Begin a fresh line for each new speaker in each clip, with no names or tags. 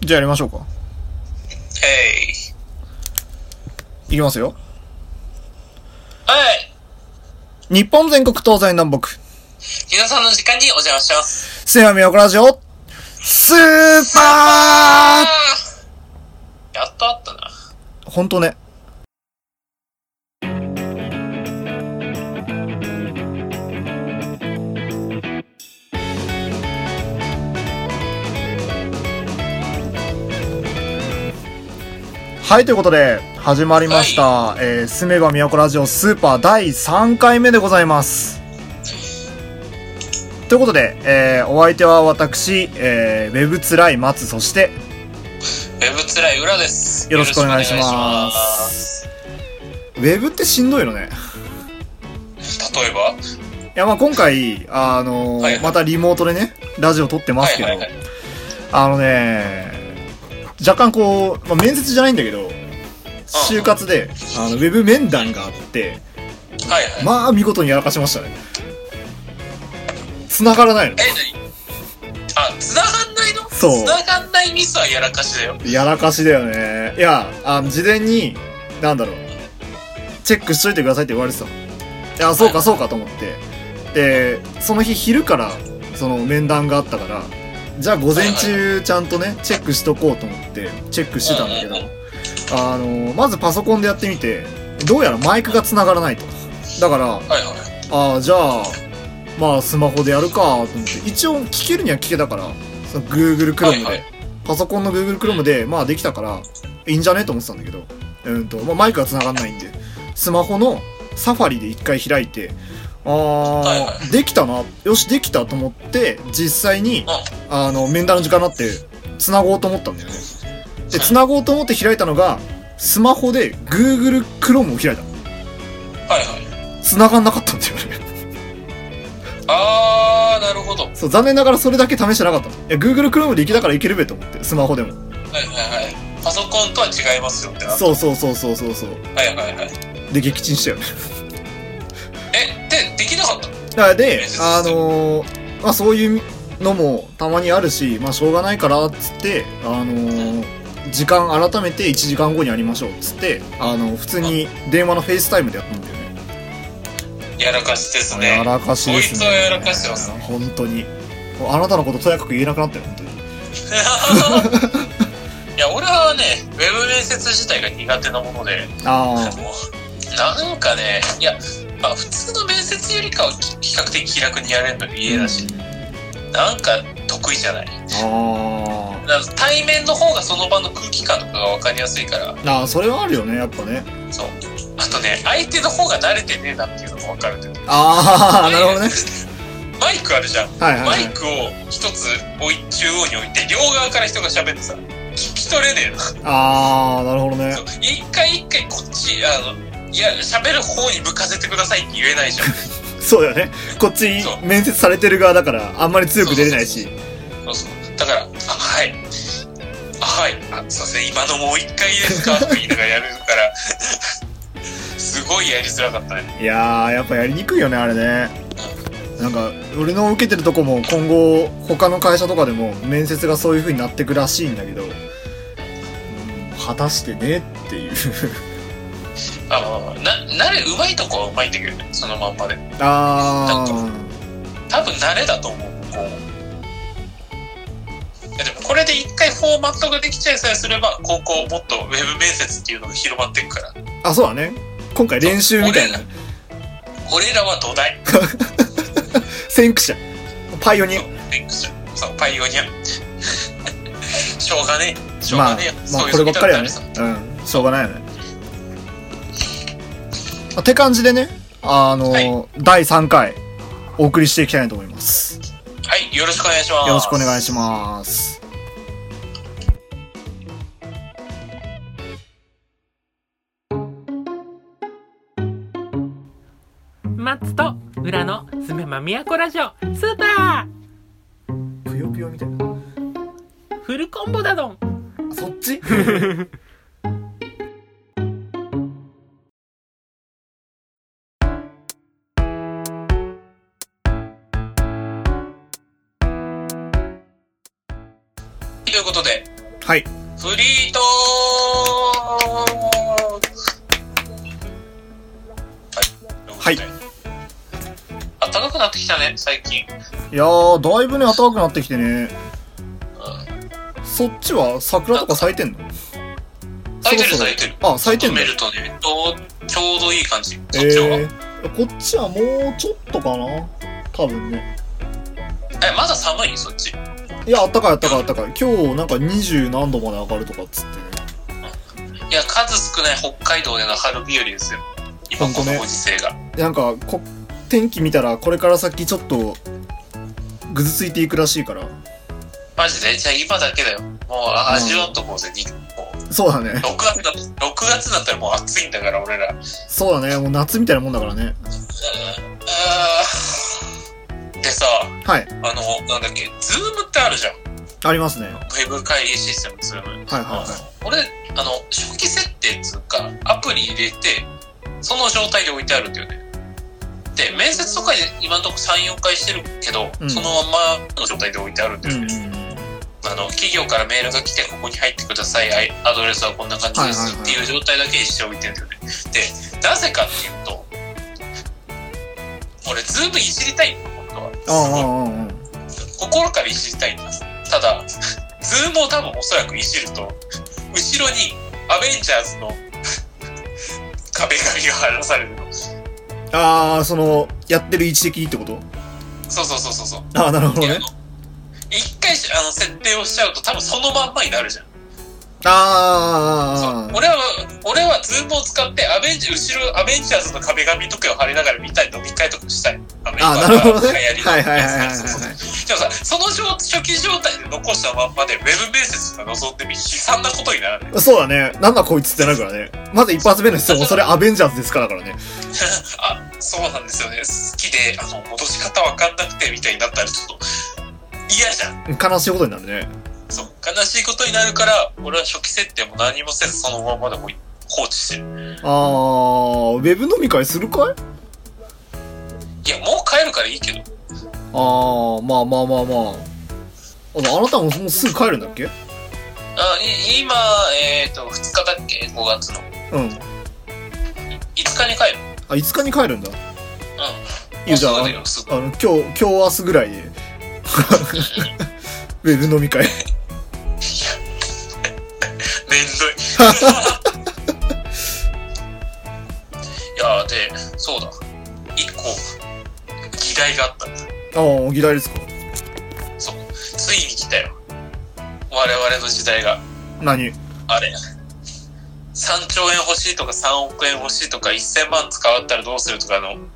じゃあやりましょうか。
えい。
いきますよ。
はい。
日本全国東西南北。
日野さんの時間にお邪魔します。
せやみやこラジオ、スーパー
やっとあったな。
ほんとね。はい、ということで、始まりました。えー、住めば都ラジオスーパー第3回目でございます。ということで、えー、お相手は私、えー、ウェブつらい松、そして、
ウェブつらい裏です。
よろしくお願いし
よろくお願
ま
いします
す。ウェブってしんどいのね。
例えば
いや、まあ今回、あのー
はいはい
またリモートでね、ラジオ撮ってますけど、
はいはいはい。
あのね、若干こう、まあ、面接じゃないんだけど、就活で、あの、ウェブ面談があって、
はいはい。
まあ見事にやらかしましたね。繋がらないの。
え、なにあ、繋がんないの
そう
繋がんないミスはやらかしだよ。
やらかしだよね。いや、あの、事前に、なんだろう、チェックしといてくださいって言われてたの。いや、そうかそうかと思って。で、その日昼から、その面談があったから、じゃあ午前中ちゃんとね、チェックしとこうと思って、チェックしてたんだけど
うんうん、
あの、まずパソコンでやってみて、どうやらマイクが繋がらないと。だから、
はいはい。
ああ、じゃあ、まあスマホでやるかと思って、一応聞けるには聞けたから、その Google
は
Chrome
い
で
は。い。
パソコンの Google Chrome で、まあできたから、いいんじゃねと思ってたんだけど、うんと、まあマイクは繋がんないんで、スマホのサファリで一回開いて、あー、
いは
できたな、よし、できたと思って、実際に、あの、面談の時間になって、繋ごうと思ったんだよね。で、繋ごうと思って開いたのが、スマホで Google Chrome を開いた。
はいはい。
繋がんなかったんだよね。
あー、なるほど。はい
そう、残念ながらそれだけ試してなかったの。いや、Google Chrome で行きだからいけるべと思って、スマホでも。
はいはい。パソコンとは違いますよってな。は
そうそうそうそうそうそう。
いはいはい。
で、撃沈したよね。
え、で、できなかったの
あで
面接、
あ
して
のーまあそういうのもたまにあるし、まあしょうがないから、っつって、あのー時間改めて1時間後にやりましょう、っつって、あの普通に電話のフェイスタイムでやったんだよね。
やらかしですね。
やらかしですね。
こいつはやらかしてます
本当に。もうあなたのこととやかく言えなくなったよ、本当に。
いや、俺はね、ウェブ面接自体が苦手なもので、
あ
もうなんかね、いや、まあ、普通の面接よりかはき比較的気楽にやれるの家だし、なんか得意じゃない。
あ。あ
だから対面の方がその場の空気感とかが分かりやすいから、
あ。ああ、それはあるよね、やっぱね。
そう。あとね、相手の方が慣れてねえなっていうのも分かるんだよね。
ああ、なるほどね。
マイクあるじゃん。
はいはい、は
マイ
い。
クを一つ置い中央に置いて、両側から人が喋ってさ、聞き取れねえな。
ああ、なるほどね
そ。う一回一回こっちあのいや喋る方に向かせてくださいって言えないじゃん
そうだよね。こっち
そう
面接されてる側だから、あんまり強く出れないし。
そうそうだから「あはい」あ「はい」あ「すいません今のもう一回いいですか?」って言いながらやるから すごいやりづらかったね
いやーやっぱやりにくいよねあれねなんか俺の受けてるとこも今後他の会社とかでも面接がそういう風になってくらしいんだけど、うん果たしてねっていう
あまあまあまあな慣れうまいとこはうまいんだけどねそのまんまで
あ
多分慣れだと思うこういやでもこれで一回フォーマットができちゃいさえすれば今後もっとウェブ面接っていうのが広まっていくから
ーあそうだね今回練習みたいな
俺らは土台
先駆者パイオニア
リンクスそうパイオニア しょうがねえしょう
ま
が
あ
ねえよ、
まあ
そういう
こればっかりはね
人だ
うんしょうがないよねまあって感じでねあのー第3回お送りしていきたいなと思います
らさはいよろしくお願いします
よろしくお願いします。
マッツと裏のすめまみやこラジオスーパ
ぷよぷよみたいな。
ーフルコンボだどん
そっ ち
ということで
はい。
フリートーク
はい
あったかくなってきたね、最近。
いやー、だいぶね、暖かくなってきてね。
うん
そっちは桜とか咲いてんの
咲いてる
そろそろ
咲いてる
あ、咲いてん
止
の
めるとね、どうちょうどいい感じ、そっちは。
えー、こっちはもうちょっとかな多分ね。
え、まだ寒いそっち。
いや、あったかいあったかいあったかい。今日なんか20何度まで上がるとかっつってね。
いや、数少ない北海道での春日和ですよ。今
ほん
こと
ね
のご時世が。
なんかこ天気見たらこれから先ちょっとぐずついていくらしいから
マジでじゃあ今だけだよ。もうあ味わっとこうぜ、日光。
そうだね
6月だ、六月だったらもう暑いんだから、俺ら。
そうだねもう夏みたいなもんだからね
あーでさ、
はい
あの、なんだっけ、ズームってあるじゃん。ウ
ありますねは
ェブ会議システム、ズーム。
いはいは
俺、あの、初期設定っつうか、アプリ入れて、その状態で置いてあるんだよね。で、面接とかで今のとこ3、4回してるけど、
うん
そのままの状態で置いてあるん
い
だ
う
よ
んうん
ね。
うん
あの、企業からメールが来て、ここに入ってください、あいアドレスはこんな感じですっていう状態だけにしておいてるんだよね。で、なぜかっていうと、俺、ズームいじりたいんだ、本当は。
あああああ
心からいじりたいんですただズームを多分おそらくいじると後ろにアベンジャーズの壁紙が貼らされるの
あああそのやってる位置的にってこと
そうそうそうそうそう
ああなるほど
いや
ね
あの一回しあの設定をしちゃうと多分そのまんまになるじゃん
あ
そう
ーあーあーあー
俺は俺はズームを使ってアベンジ後ろアベンジャーズの壁紙とかを貼りながら見たい飲み会とかしたいあの
あーなるほどね
流行りの
はいはいはいはいはい
そうそうそうでもさその状初期状態で残したまんまでウェブ面接が望んでみ悲惨なことにならない
そうだねなんだこいつってなるからねまず一発目の質問それアベンジャーズですからだからね
あそうなんですよね好きであの戻し方わかんなくてみたいになったらちょっと嫌じゃん
悲しいことになるね
そう悲しいことになるから俺は初期設定も何もせずそのままでも放置してる
ああウェブ飲み会するかい
いやもう帰るからいいけど
ああまあまあまあまああのあなたももうすぐ帰るんだっけ
あい今えっ、と2日だっけ5月の
うん
5日に帰る
あ5日に帰るんだ
うん
いやじゃあ
もうすぐだよすぐ
あの今日今日明日ぐらい でウェブ飲み会
めんどい いやーでそうだ1個議題があったんだ
ああ議題ですか
そう。ついに来たよ。我々の時代が。
何
あれ。3兆円欲しいとか3億円欲しいとか1000万使わったらどうするとかの問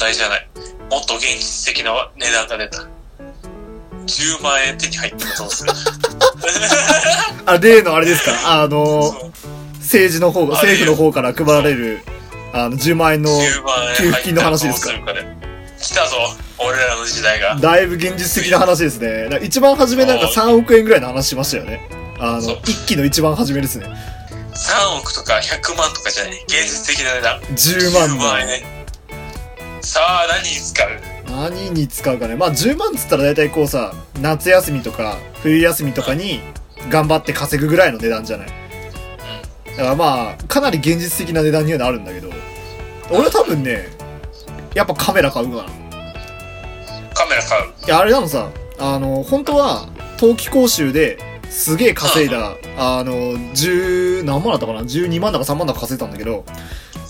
題じゃない。もっと現実的な値段が出た。10万円手に入ったらどうする
あ例のあれですかあの
そう
政治の方
あれ
政府の方から配られるあの10万円の
10万円
給付
入った
金の
らど
話
うす
ですか
るかで。来たぞ、俺らの時代が。
だいぶ現実的な話ですねだから一番初めなんか3億円ぐらいの話しましたよねあ
そ
の
う
一期の一番初めですね
3億とか100万とかじゃない。現実的な値段。
10万
10万
の
円。さあ、何に使う
何に使うかねまあ10万っつったら大体こうさ夏休みとか冬休みとかに頑張って稼ぐぐらいの値段じゃないだからまあかなり現実的な値段にはなるんだけど俺は多分ねやっぱカメラ買うかない
カメラ買う。
やあれなのさあの本当は冬季講習ですげえ稼いだあの10何万だったかな12万だか3万だか稼いだんだけど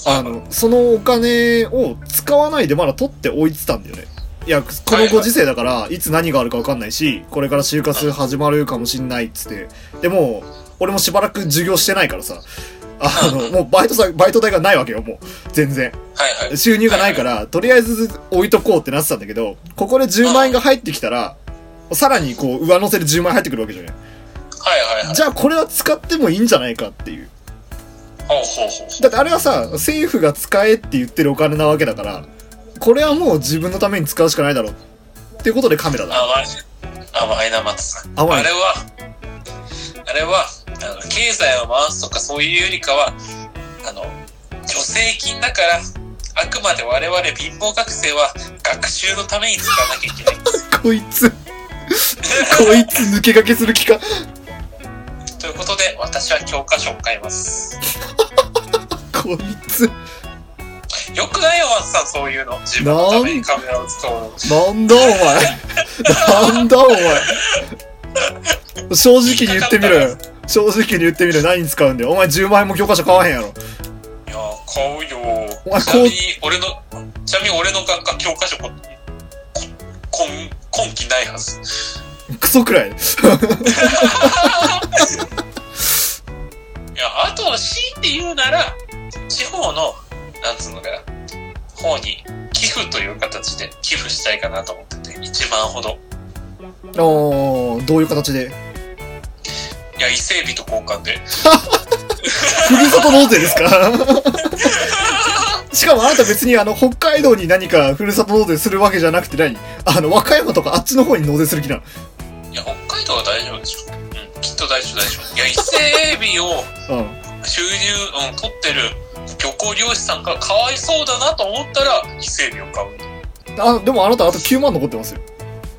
あのそのお金を使わないでまだ取っておいてたんだよねいやこのご時世だからいつ何があるか分かんないしこれから就活始まるかもしんないっつってでも俺もしばらく授業してないからさあのもうバイトさバイト代がないわけよもう全然
はいはい。
収入がないから、とりあえず置いとこうってなってたんだけど、ここで10万円が入ってきたら、さらにこう上乗せで10万円入ってくるわけじゃない。
はいはいはい。
じゃあこれは使ってもいいんじゃないかっていう。
ほうほうほう。
だってあれはさ、政府が使えって言ってるお金なわけだから、これはもう自分のために使うしかないだろう。っていうことでカメラだ。
甘い、甘いな、松さん。
甘い
あれは、あれは、あの経済を回すとかそういうよりかは、あの、助成金だから、あくまで我々貧乏学生は学習のために使わなきゃいけない。
こいつ、こいつ抜け駆けする気か。
とということで、私は教科書を買います。
こいつ、
よくないよ、マスさん、そういうの。自分のためにカメラを使うの。
なんだお前。なんだお前。正直に言ってみろよ。正直に言ってみろよ。何に使うんだよ。お前10万円も教科書買わへんやろ。
いやー、買うよ
お前
ちなみに、俺の、ちなみに俺の学科教科書こ、こ、こん今期ないはず。
クソくらい。
いや、あと、強いて言うなら、地方の、なんつうのかな、方に寄付という形で寄付したいかなと思ってて、1万ほど。
おー、どういう形で。
いや、伊勢海老と交換で。
ふるさと納税ですか しかもあなた別にあの北海道に何かふるさと納税するわけじゃなくて何あの和歌山とかあっちの方に納税する気なの
いや、北海道は大丈夫でしょ。うん、きっと大丈夫、大丈夫。いや、伊勢海老を
うん。
収入、うん、取ってる漁港漁師さんがかわいそうだなと思ったら、伊勢海老を買う。
あ、でもあなたあと9万残ってますよ。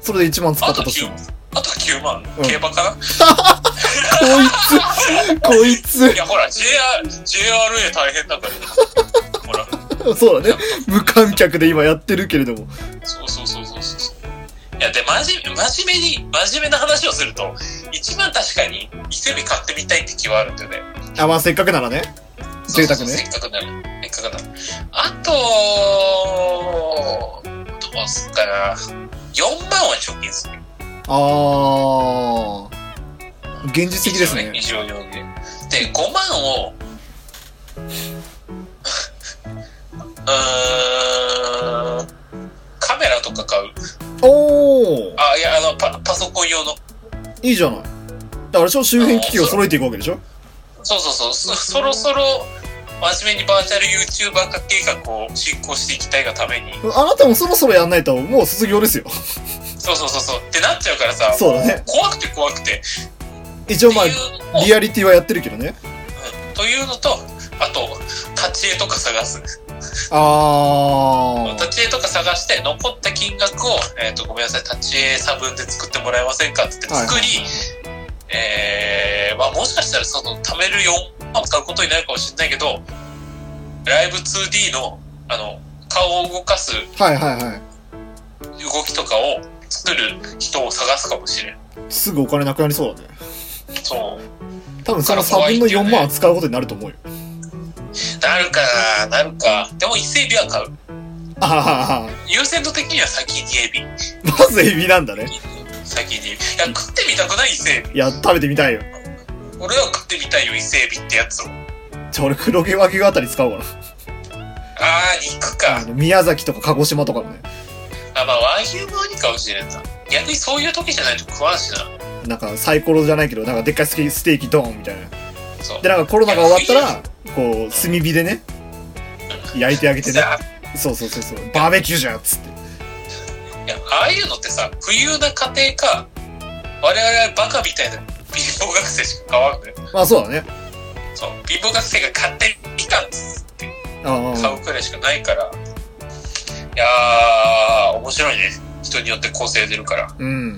それで1万使
あ
っ
と
たとして
9
も。こ、
あと9万、
うん
競馬かない
つ、こ
いや、ほら、JR、JRA 大変だから。ほら、
いつ、そうだね。無観客で今やってるけれども。
そうそうそうそうそうそう。いや、で、真面目、真面目に、真面目な話をすると、一番確かに、伊勢海老買ってみたいって気はあるんだよね。
あ、まあせっかくならね。贅沢ね
そうそうせっかくなる。せっかくなる。あと、どうすっかな。4万は貯金する。
あー。現実的ですね。
一応用で。で、5万を、 うーん、カメラとか買う。
おー。
あ、いや、あの、パパソコン用の。
いいじゃない。だからあれでしょ周辺機器を揃えていくわけでしょ
そうそうそう。そそろそろ、真面目にバーチャル YouTuber 化計画を進行していきたいがために。
あなたもそろそろやんないともう卒業ですよ。
そうそうそうそう。ってなっちゃうからさ、
そうだね
怖くて怖くて。
一応まあ
っていうのを
リアリティはやってるけどね。
というのと、あと、立ち絵とか探す。
あ
立ち絵とか探して、残った金額を、えっ、と、ごめんなさい、立ち絵差分で作ってもらえませんかって言って
はいはい
作り、えー、まあもしかしたらその、貯める4万使うことになるかもしれないけど、ライブ 2D の、あの、顔を動かす
あ。はいはいはい。
動きとかを作る人を探すかもしれん。
すぐお金なくなりそうだね。
そう。
多分その差分の4万は使うことになると思うよ。
なるかな、なるか。でも伊勢海老は買う。
あははは
優先度的には先にエビ。
まずエビなんだね。
先に。いや、食ってみたくない伊勢海老
いや、食べてみたいよ。
俺は食ってみたいよ伊勢海老ってやつを
じゃあ俺黒毛和牛あたり使おうか
あー肉
な。あ
か
の宮崎とか鹿児島とかのね。
あまあ和牛もありかもしれんな逆にそういう時じゃないと食わんしな
なんかサイコロじゃないけど、なんかでっかいステーキドーンみたいな。
そう
で、なんかコロナが終わったら、こう、炭火でね、焼いてあげてね。
さ
そうそうそうそう。バーベキューじゃんっつって。
あいやああいうのってさ富裕な家庭か我々はバカみたいな貧乏学生しか買わんのよ
まあそうだね。
そう貧乏学生が買ってみたんですって
ああ
買。うくらいしかないからいやー面白いね人によって構成出るから
うん。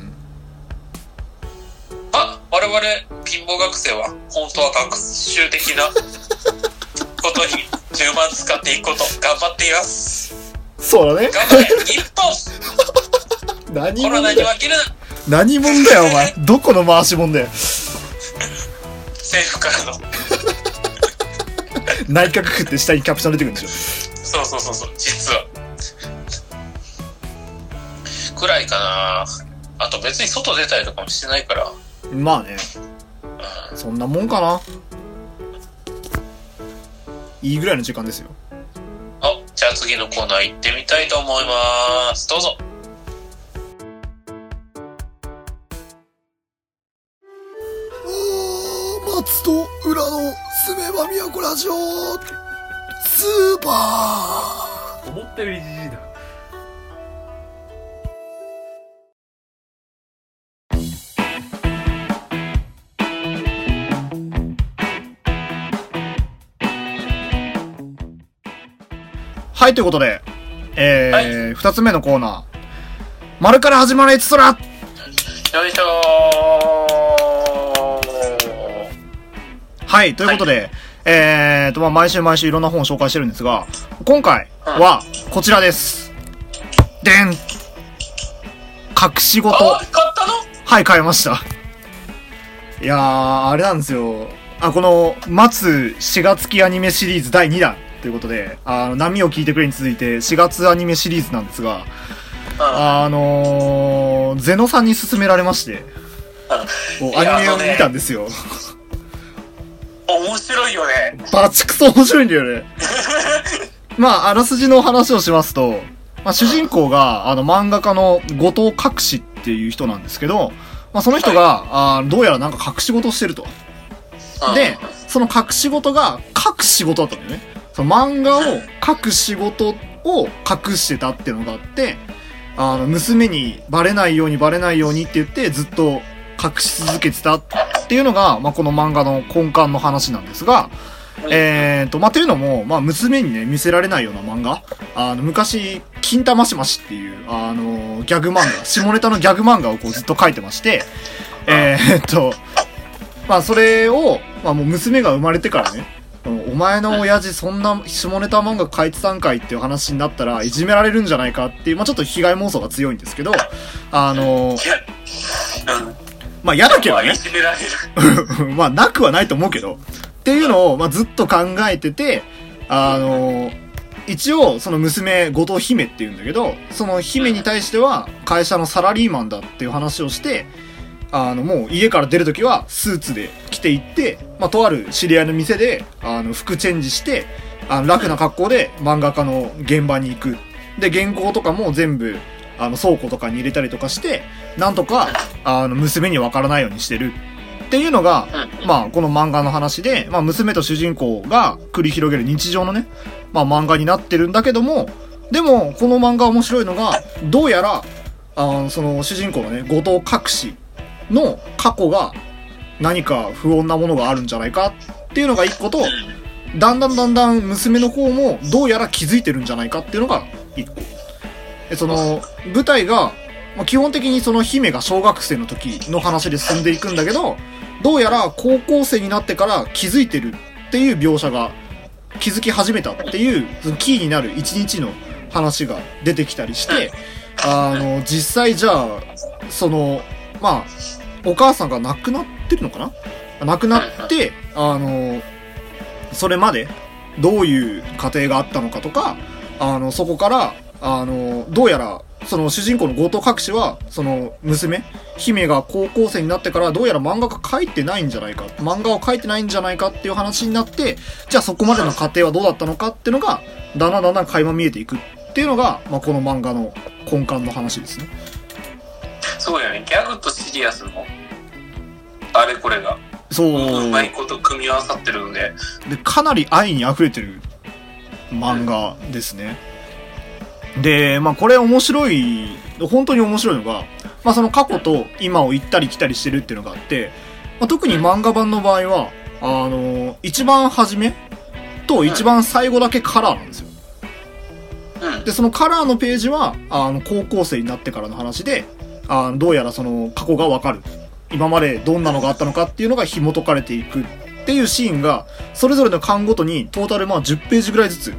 まあ、我々貧乏学生は本当は学習的なことに10万使っていくこと頑張っています。
そうだね。
頑張れ日本
何
コロ
者
ナ
だ
に
よ。
負けるな
何者だよ、お前。どこの回し者だよ。
政府からの。
内閣府って下にキャプション出てくるんでし
そうそうそうそう、実は。くらいかなあと別に外出たりとかもしてないから。う
ょ。まあね。
ん
そんなもんかな。いいぐらいの時間ですよ。
あ、じゃあ次のコーナー行ってみたいと思います。どうぞ。
松と裏のすめばみやこラジオスーパ
思ったよりじじいだ
ーはい、ということで、えー、二、つ目のコーナー。丸から始まるエチソラ
よいしょー
はい、ということで、えーと、まあ、毎週毎週いろんな本を紹介してるんですが、今回はこちらです。でん隠し事。
あ、買ったの
はい、買いました。いやー、あれなんですよ。あ、この、松4月期アニメシリーズ第2弾ということで、あの、波を聞いてくれに続いて4月アニメシリーズなんですが、
うん。
あのー、ゼノさんに勧められまして、こうア
いや
ニメを
あのね
見たんですよ。
面白いよね。
バチクソ面白いんだよね。まあ、あらすじの話をしますと、まあ、主人公が、あの、漫画家の後藤隠しっていう人なんですけど、まあ、その人が、あーどうやらなんか隠し事をしてると。
うん
で、その隠し事が書く仕事だったんだよね。その漫画を書く仕事を隠してたっていうのがあって、あの、娘にバレないようにバレないようにって言ってずっと隠し続けてたっていうのが、まあ、この漫画の根幹の話なんですが、えーと、まあ、というのも、まあ、娘にね、見せられないような漫画。あの、昔、金玉しましっていう、あの、ギャグ漫画、下ネタのギャグ漫画をこうずっと書いてまして、えーと、まあ、それを、まあ、もう娘が生まれてからね、お前の親父そんな下ネタ漫画書いてたんかいっていう話になったらいじめられるんじゃないかっていう、まあ、ちょっと被害妄想が強いんですけど、あの、
うん。
まあ、嫌だけど
まあ
ね
い。じめられる。
うん まあ、なくはないと思うけど。っていうのを、まあ、ずっと考えてて、あの一応、その娘、後藤姫って言うんだけど、その姫に対しては、会社のサラリーマンだっていう話をして、あの、もう家から出るときは、スーツで着ていって、まあ、とある知り合いの店で、あの、服チェンジして、あの、楽な格好で漫画家の現場に行く。で、原稿とかも全部、あの、倉庫とかに入れたりとかして、なんとか、あの、娘にわからないようにしてる。っていうのが、
うん。
まあ、この漫画の話で、まあ、娘と主人公が繰り広げる日常のね、まあ、漫画になってるんだけども、でも、この漫画面白いのが、どうやら、あの、その主人公のね、後藤隠しの過去が何か不穏なものがあるんじゃないかっていうのが一個と、だんだんだんだん娘の方もどうやら気づいてるんじゃないかっていうのが一個。でその、舞台が、まあ、基本的にその姫が小学生の時の話で進んでいくんだけど、どうやら高校生になってから気づいてるっていう描写が、気づき始めたっていう、そのキーになる一日の話が出てきたりして、あの、実際じゃあ、その、まあ、お母さんが亡くなってるのかな亡くなって、あの、それまでどういう過程があったのかとか、あの、そこから、あの、どうやら、その主人公の後藤隠しは、その娘、姫が高校生になってからどうやら漫画が書いてないんじゃないか、漫画を書いてないんじゃないかっていう話になって、じゃあそこまでの過程はどうだったのかっていうのが、だんだんだんだん垣間見えていくっていうのが、まあ、この漫画の根幹の話ですね。
そうよね。ギャグとシリアスの、あれこれが、
そうう。
まいこと組み合わさってるので、
でかなり愛に溢れてる漫画ですね。で、まあこれ面白い、本当に面白いのが、まあその過去と今を行ったり来たりしてるっていうのがあって、まあ、特に漫画版の場合は、あの、一番初めと一番最後だけカラーなんですよ。
うん。
で、そのカラーのページは、あの、高校生になってからの話で、あのどうやらその過去がわかる。今までどんなのがあったのかっていうのが紐解かれていくっていうシーンが、それぞれの巻ごとにトータルまあ10ページぐらいずつ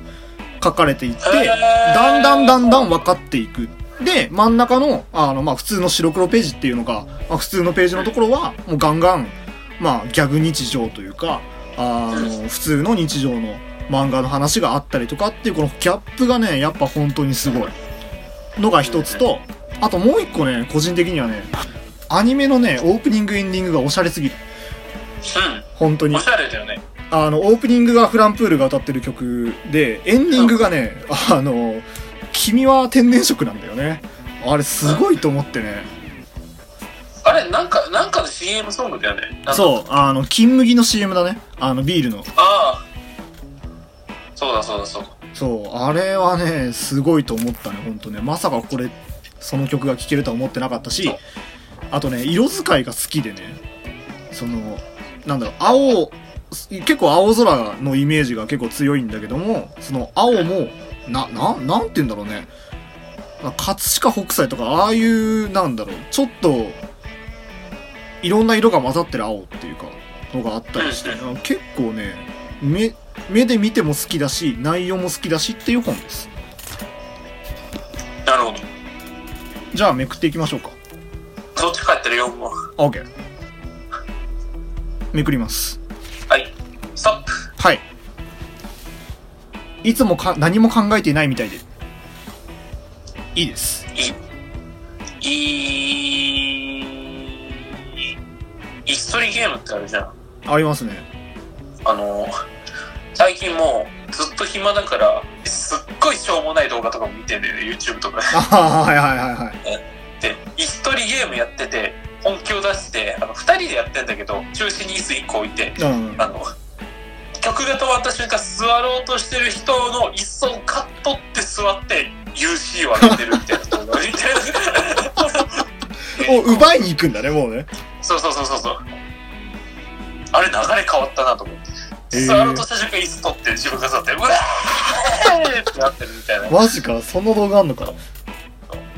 書かれていって、だんだんだんだん分かっていく。で、真ん中の、あの、まあ、普通の白黒ページっていうのが、まあ、普通のページのところは、もうガンガン、まあ、ギャグ日常というか、あの、普通の日常の漫画の話があったりとかっていう、このギャップがね、やっぱ本当にすごい。のが一つと、あともう一個ね、個人的にはね、アニメのね、オープニングエンディングがおしゃれすぎる。本当
うん。
に
お。しゃれだよね。
あの、オープニングがフランプールが歌ってる曲で、エンディングがね、あの、君は天然色なんだよね。あれすごいと思ってね。
あれ、なんか、なんかの CM ソングだよね。う。
そう、あの、金麦の CM だね。あの、ビールの。
ああ。そうだそうだそうだ。
そう、あれはね、すごいと思ったね、ほんとね。まさかこれ、その曲が聴けるとは思ってなかったし、あとね、色使いが好きでね、その、なんだろう、青、結構青空のイメージが結構強いんだけども、その青も、な、な、なんて言うんだろうね。葛飾北斎とか、ああいう、なんだろう、ちょっと、いろんな色が混ざってる青っていうか、のがあったりして、あの結構ね、目、目で見ても好きだし、内容も好きだしっていう本です。
なるほど。
じゃあめくっていきましょうか。
どっちかやったら読むわ。
あ OK。めくります。
はい。ストップ。
はい。いつもか何も考えていないみたいで。いいです。
いい、椅子取りゲームってあるじゃん。
ありますね。
あの、最近もうずっと暇だから、すっごいしょうもない動画とかも見てんだよね、YouTube とかで。
ああ、はいはいはいはい。
で、椅子取りゲームやってて、本気を出して、あの、二人でやってんだけど、中心に椅子一個置いて、
うんうん。
あの、曲が止まった瞬間、座ろうとしてる人の椅子をカットって座って、UC を上げてるみたいな動画みたいな。
お、奪いに行くんだね、もうね。
そうそうそうそうそう。あれ流れ変わったなと思って。
へー
座ろうとした瞬間椅子取って自分が座って、うわーってなってるみたいな
マジか、そんな動画あんのか。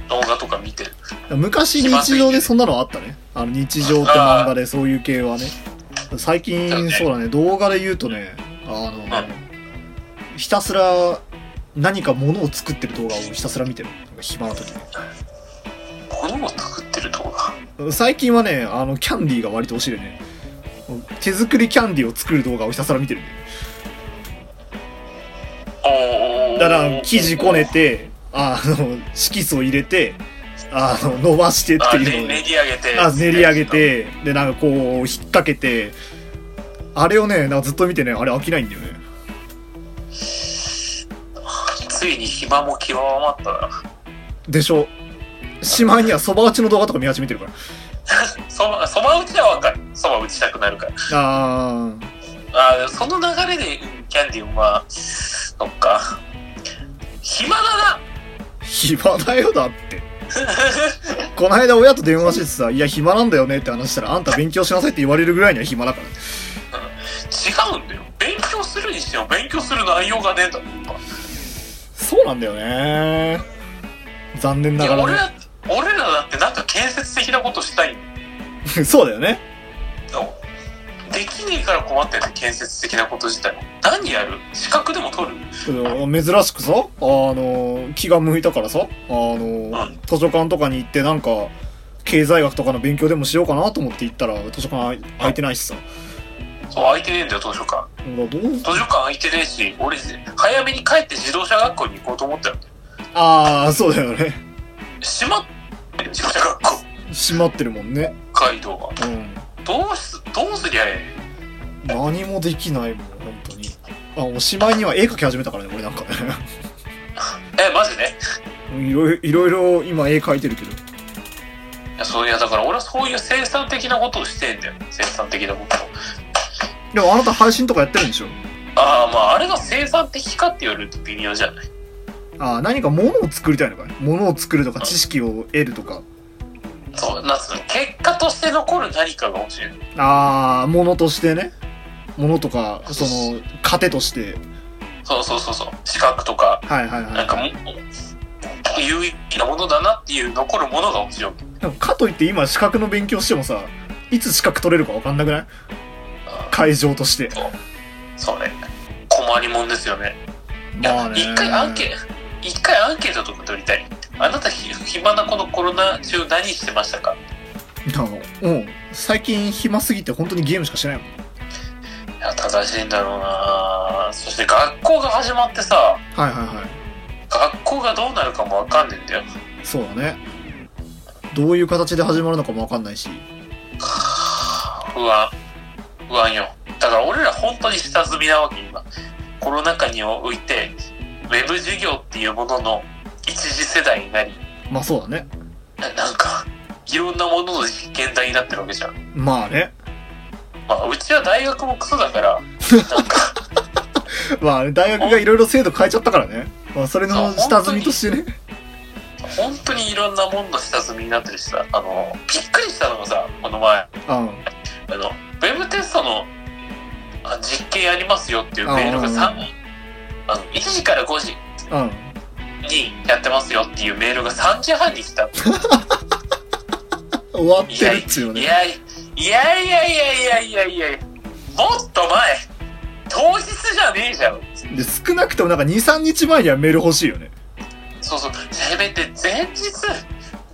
動画とか見てる。
昔日常でそんなのあったね。あの、日常って漫画でそういう系はね。最近、そうだね、動画で言うとね、あの、ひたすら何か物を作ってる動画をひたすら見てる。暇な時
物を作ってる動画。
最近はね、あの、キャンディーが割と推しでね、手作りキャンディーを作る動画をひたすら見てる。
おー
だから、生地こね。て、あの、色素を入れて、あの、伸ばしてって
あ
いう
ね
のを
練り上げて。
あ練り上げ。てでなんかこう引っ掛けてあれをねなんかずっと見てねあれ飽きないんだよね
ついに暇も極まったな。
でしょしまいにはそば打ちの動画とか見始めてるから
そば、そば打ちはわかる。そば打ちたくなるから。
あー
あーでもその流れでうんキャンディーは、そっか。暇だな
暇だよだって こないだ親と電話しててさ「いや暇なんだよね」って話したら「あんた勉強しなさい」って言われるぐらいには暇だから
違うんだよ。勉強するにしても勉強する内容がねえんだもん。
そうなんだよね残念ないが
や
ら
俺
ね
ら俺らだってなんか建設的なことしたい ん
そうだよね
だもんできねえから困ってんだよ建設的なこと自体何やる資格でも取る
うん珍しくさあの気が向いたからさあの
ん
図書館とかに行ってなんか経済学とかの勉強でもしようかなと思って行ったら図書館空いてないしさ
そう空いてねえんだよ図書館
だからどう
図書館空いてねえし俺早めに帰って自動車学校に行こうと思ったよ
ああそうだよね
閉まって自動車学校
閉まってるもんね
北海道が
うん
どうすどうすりゃええ
何もできないもん本当にあおしまいには絵描き始めたからね俺なんかね
えマジで
いろいろいろいろ今絵描いてるけど
いやそういやだから俺はそういう生産的なことをしてんだよ生産的なことを
でもあなた配信とかやってるんでしょ
ああまああれが生産的かって言われると微妙じゃない
ああ何か物を作りたいのかね物を作るとか知識を得るとか
そうなんつうの結果として残る何かが欲しい
ああ、ものとしてね。ものとか、その、糧として。
そうそうそうそう資格とか
はいはい
なんか
は
も有意義なものだなっていう残るものが欲しいわけ
い。でもかといって今資格の勉強してもさ、いつ資格取れるかわかんなくない会場として。
そうね困りもんですよねいや一回アンケ一回アンケートとか取りたいあなたひ暇なこのコロナ中何してましたか
なうん。最近暇すぎて本当にゲームしかしてないもん。
いや正しいんだろうなそして学校が始まってさ
はいはいはい。
学校がどうなるかもわかんねえんだよ
そうだね。どういう形で始まるのかもわかんないし。
不安不安よだから俺ら本当に下積みなわけ今コロナ禍においてウェブ授業っていうものの一次世代になり
まあそうだね。
ななんかいろんなものの実験台になってるわけじゃん、
まあね。
まあ、うちは大学もクソだ から
まあ大学がいろいろ制度変えちゃったからね。まあそれの下積みとしてね。
本当にいろんなものの下積みになってるしさあのびっくりしたのがさこの前
うん。
あの、ウェブテストのあ実験やりますよっていうメールが3、
うん
あの、1時から5時
うん。
にやってますよっていうメールが3時半に 来た。
終わっ
い
て
や
る
い
っつうよね。
やいやいやいやいやいやいやいやもっと前当日じゃねえじゃん
で、少なくともなんか2、3日前にはメール欲しいよね。
そうそうせめて前日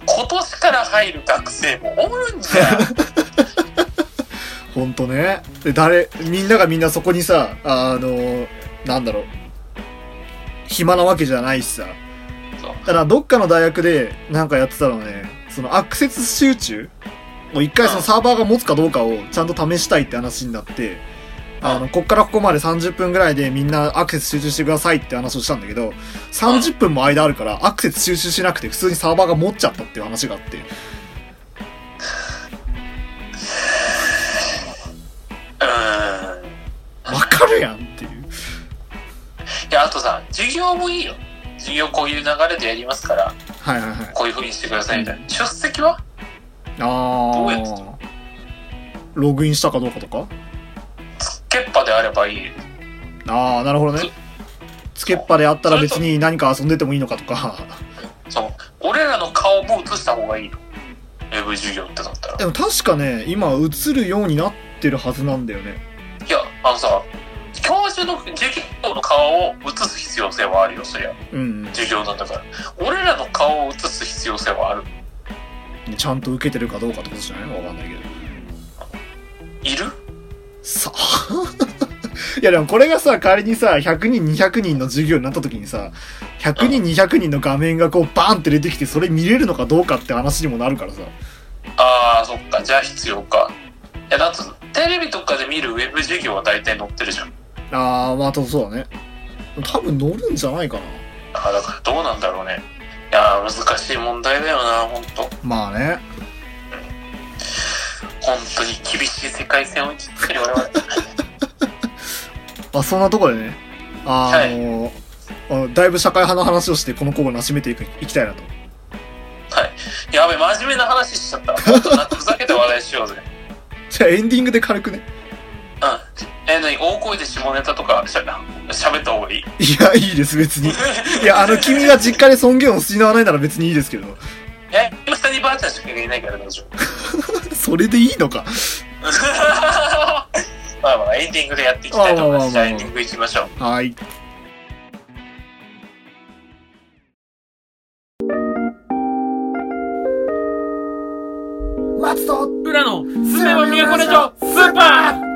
今年から入る学生もおるんじ ゃん
ほんとね。で、誰、みんながみんなそこにさ、あの、なんだろう。暇なわけじゃないしさ。
そう
だからどっかの大学でなんかやってたのね、そのアクセス集中を一回そのサーバーが持つかどうかをちゃんと試したいって話になって、あの、こっからここまで30分ぐらいでみんなアクセス集中してくださいって話をしたんだけど、30分も間あるからアクセス集中しなくて普通にサーバーが持っちゃったっていう話があって、
うーん
わかるやんっていう。
いやあとさ授業もいいよ授業こういう流れでやりますから
はいはいはい。
こういうふうにしてくださいみたいな出席はどうやって
あー。ログインしたかどうかとか
つっけっぱであればいい
あー、なるほどね。つけっぱであったら別に何か遊んでてもいいのかとか。
そう俺らの顔も映した方がいいのウェブ授業ってなったら
でも確かね、今映るようになってるはずなんだよね。
いやあのさ教授の授業の顔を映す必要性はあるよそりゃ
うん、
授業なんだから俺らの顔を映す必要性はある
うん。ちゃんと受けてるかどうかってことじゃないのわかんないけど。
いる
さあ。 いやでもこれがさ、仮にさ、100人、200人の授業になった時にさ、100人、200人の画面がこうバーンって出てきて、それ見れるのかどうかって話にもなるからさ。
ああそっかじゃあ必要かいやだってテレビとかで見るウェブ授業は大体載ってるじゃん
あー、まあそうだね。多分乗るんじゃないかな。
あだからどうなんだろうねいやー難しい問題だよな本当
まあね。
本当に厳しい世界線を生きてる俺は
まあそんなところでね、あのあのだいぶ社会派の話をして、このコーナー締めていくいきたいなと。
やべ真面目な話しちゃったもっとなんかふざけて話題しようぜ
じゃあエンディングで軽くね。
うん。え、何大声で下ネタとかしゃ喋った方がいい
いや、いいです、別に。いや、あの、君が実家で尊厳を失わないなら別にいいですけど。
え、今下にばあちゃんしかいないから大丈夫。
それでいいのか。
まあまあ、エンディングでやっていきたいと思います。じゃあエンディングいきましょう。
はい。松戸
裏のすめば都ラジオスーパー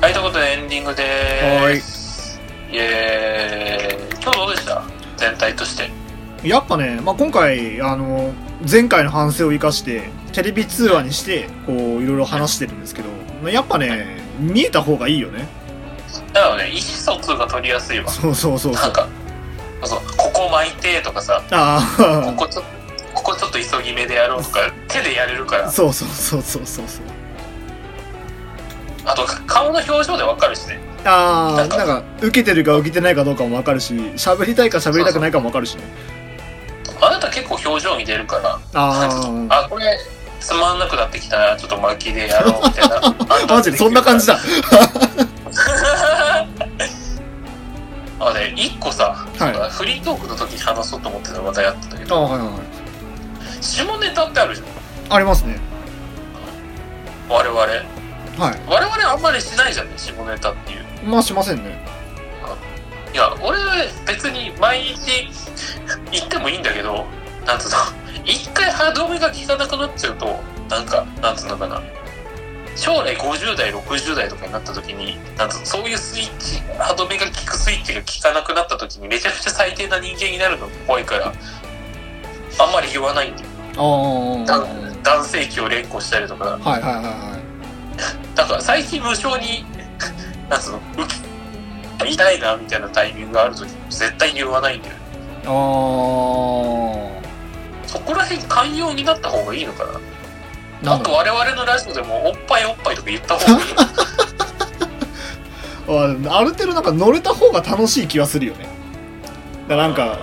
はい、ということでエンディングでーす。イエーイ。今日どうでした全体として。
やっぱね、まあ、今回、あの、前回の反省を生かして、テレビ通話にして、こう、いろいろ話してるんですけど、まあ、やっぱね、見えた方がいいよね。
だからね、意思疎通が取りやすいわ。
そうそうそうそ
な。
うん
か、そうそう、ここ巻いてとかさ、こ
あ
こちょここちょっと急ぎ目でやろうとか、手でやれるか
あ、
ら。
そうそうそうそうそうそう。
あと、顔の表情でわかるしね。
あ
な
あ、
んか
なんか、受けてるか受けてないかどうかもわかるし、喋りたいか喋りたくないかもわかるしね。
あなた結構表情に出るから、
ああ、。
あ、これ、つまんなくなってきたな、ちょっと巻きでやろうみたいな
マジでそんな感じだ。。
あね、一個さ、
はい
なんかフリートークの時に話そうと思ってた話題あったんだけ
あ
ど、
あ、はいはいはい。
下ネタってあるじゃん。
ありますね。
我々。我
はい。
々あんまりしないじゃんね、下ネタっていう。
まあ、しませんね。
いや、俺は別に毎日言ってもいいんだけど、なんつうの、一回歯止めが効かなくなっちゃうと、なんか、なんつうのかな、将来50代、60代とかになった時に、なんつうの、そういうスイッチ、歯止めが効くスイッチが効かなくなった時に、めちゃくちゃ最低な人間になるのが怖いから、あんまり言わないんだよ。
ああ、はい
だ男性器を連呼したりとか、
はいはいはい。
だから最近無性に、 なんつうの、ウキ、痛いなみたいなタイミングがある時、絶対言わないんだよ。
あ
そこら辺寛容になった方がいいのかな
あ、なん
も
だ
っと
ろう。
我々のラジオでもおっぱいおっぱいとか言った方がいいの
あある程度なんか乗れた方が楽しい気はするよね。だからなんか、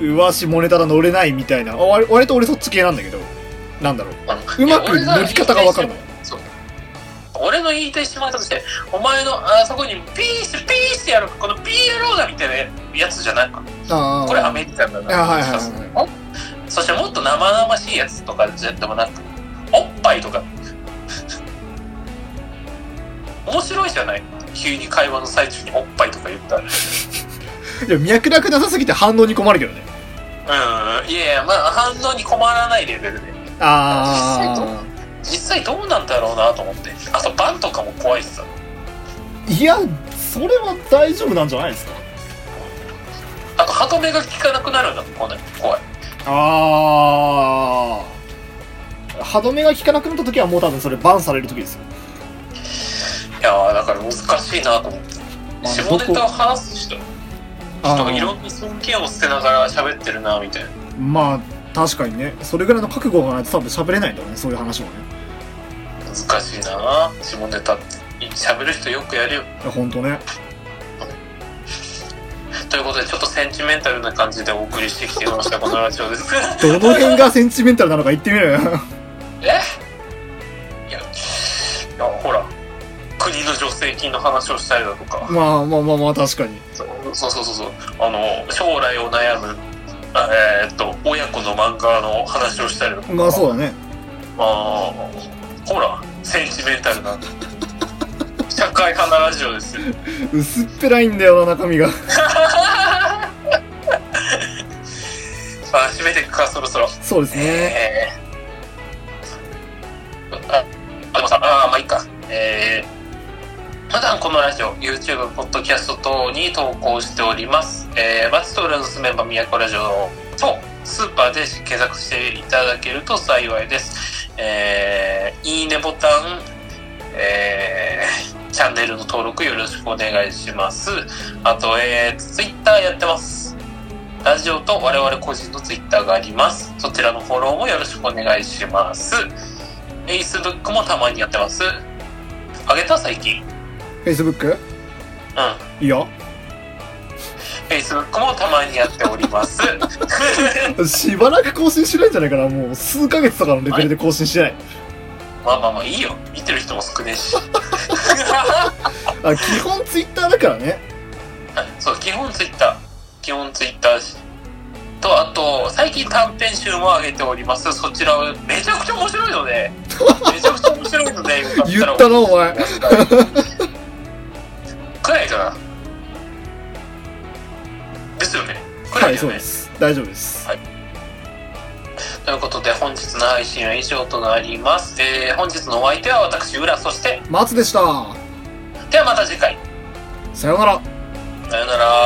うわ、下ネタだ乗れないみたいな。あ割割と俺そっち系なんだけど、なんだろう。
あの
うまく
いや俺が
乗り方がわかんない
そう俺のの言いたいしまったとして、お前のあそこにピースピースやる、このピー野郎だみたいなやつじゃないか。
ああ
これアメリカンだな。
あはいはいはい
おそしてもっと生々しいやつとかじゃでもなく、おっぱいとか。面白いじゃない急に会話の最中におっぱいとか言ったら。
でも脈絡なさすぎて反応に困るけどね
うん、いやいや、まあ反応に困らないレベルで。
あ
実際どうなんだろうなと思って。あと、バンとかも怖いしさ。
あいやそれは大丈夫なんじゃないですか
あと、歯止めが効かなくなるんだもん、この怖い。
ああ歯止めが効かなくなった時はもう多分それバンされる時ですよ
いやー、だから難しいなと思って。
まあ
下ネタを話す人、人がいろ
あ
んな尊敬を捨てながら喋ってるな、みたいな。
ーまあ確かにねそれぐらいの覚悟がないと多分喋れないんだろうねそういう話はね
難しいな下ネタって。喋る人よくやるよ。
いや本当ね
ということで、ちょっとセンチメンタルな感じでお送りしてきてました、このラジオです。
どの辺がセンチメンタルなのか言ってみろよ
いや、いやほら、国の助成金の話をしたりだとか。
まあまあまあまあ確かに
そうそうそうそうあの将来を悩むあえーっと親子の漫画の話をしたりとか
まあそうだね
あーほらセンチメンタ ルな社会派なラジオですよ
薄っぺらいんだよな中身が
さあ締めていくかそろそろ
そうですね
えーああでもさあーまあいいかえー普段このラジオ、YouTube、ポッドキャスト等に投稿しております。えー、バチトールのすめば都ラジオとスーパーで検索していただけると幸いです。えー、いいねボタン、えー、チャンネルの登録よろしくお願いします。あと、えー、Twitter やってます。ラジオと我々個人のツイッターがあります。そちらのフォローもよろしくお願いします。Facebook もたまにやってます。あげた最近。うん。
Facebook? いや
Facebook もたまにやっており ます。
しばらく更新しないんじゃないかなもう数ヶ月とかのレベルで更新しない
まあまあまあいいよ。見てる人も少ねえ し。
あ基本 Twitter だからね
そう、基本ツイッター。基本ツイッターし。と、あと、最近短編集も上げております。そちらはめちゃくちゃ面白いの で、めちゃくちゃ面白いので、よか
言
ら
ったなお 前
くらいかなですよねくら
はいい
だよ
そう
ね、
です大丈夫です
ということで本日の配信は以上となります、えー本日のお相手は私浦そして
松でした
ではまた次回
さようなら
さようなら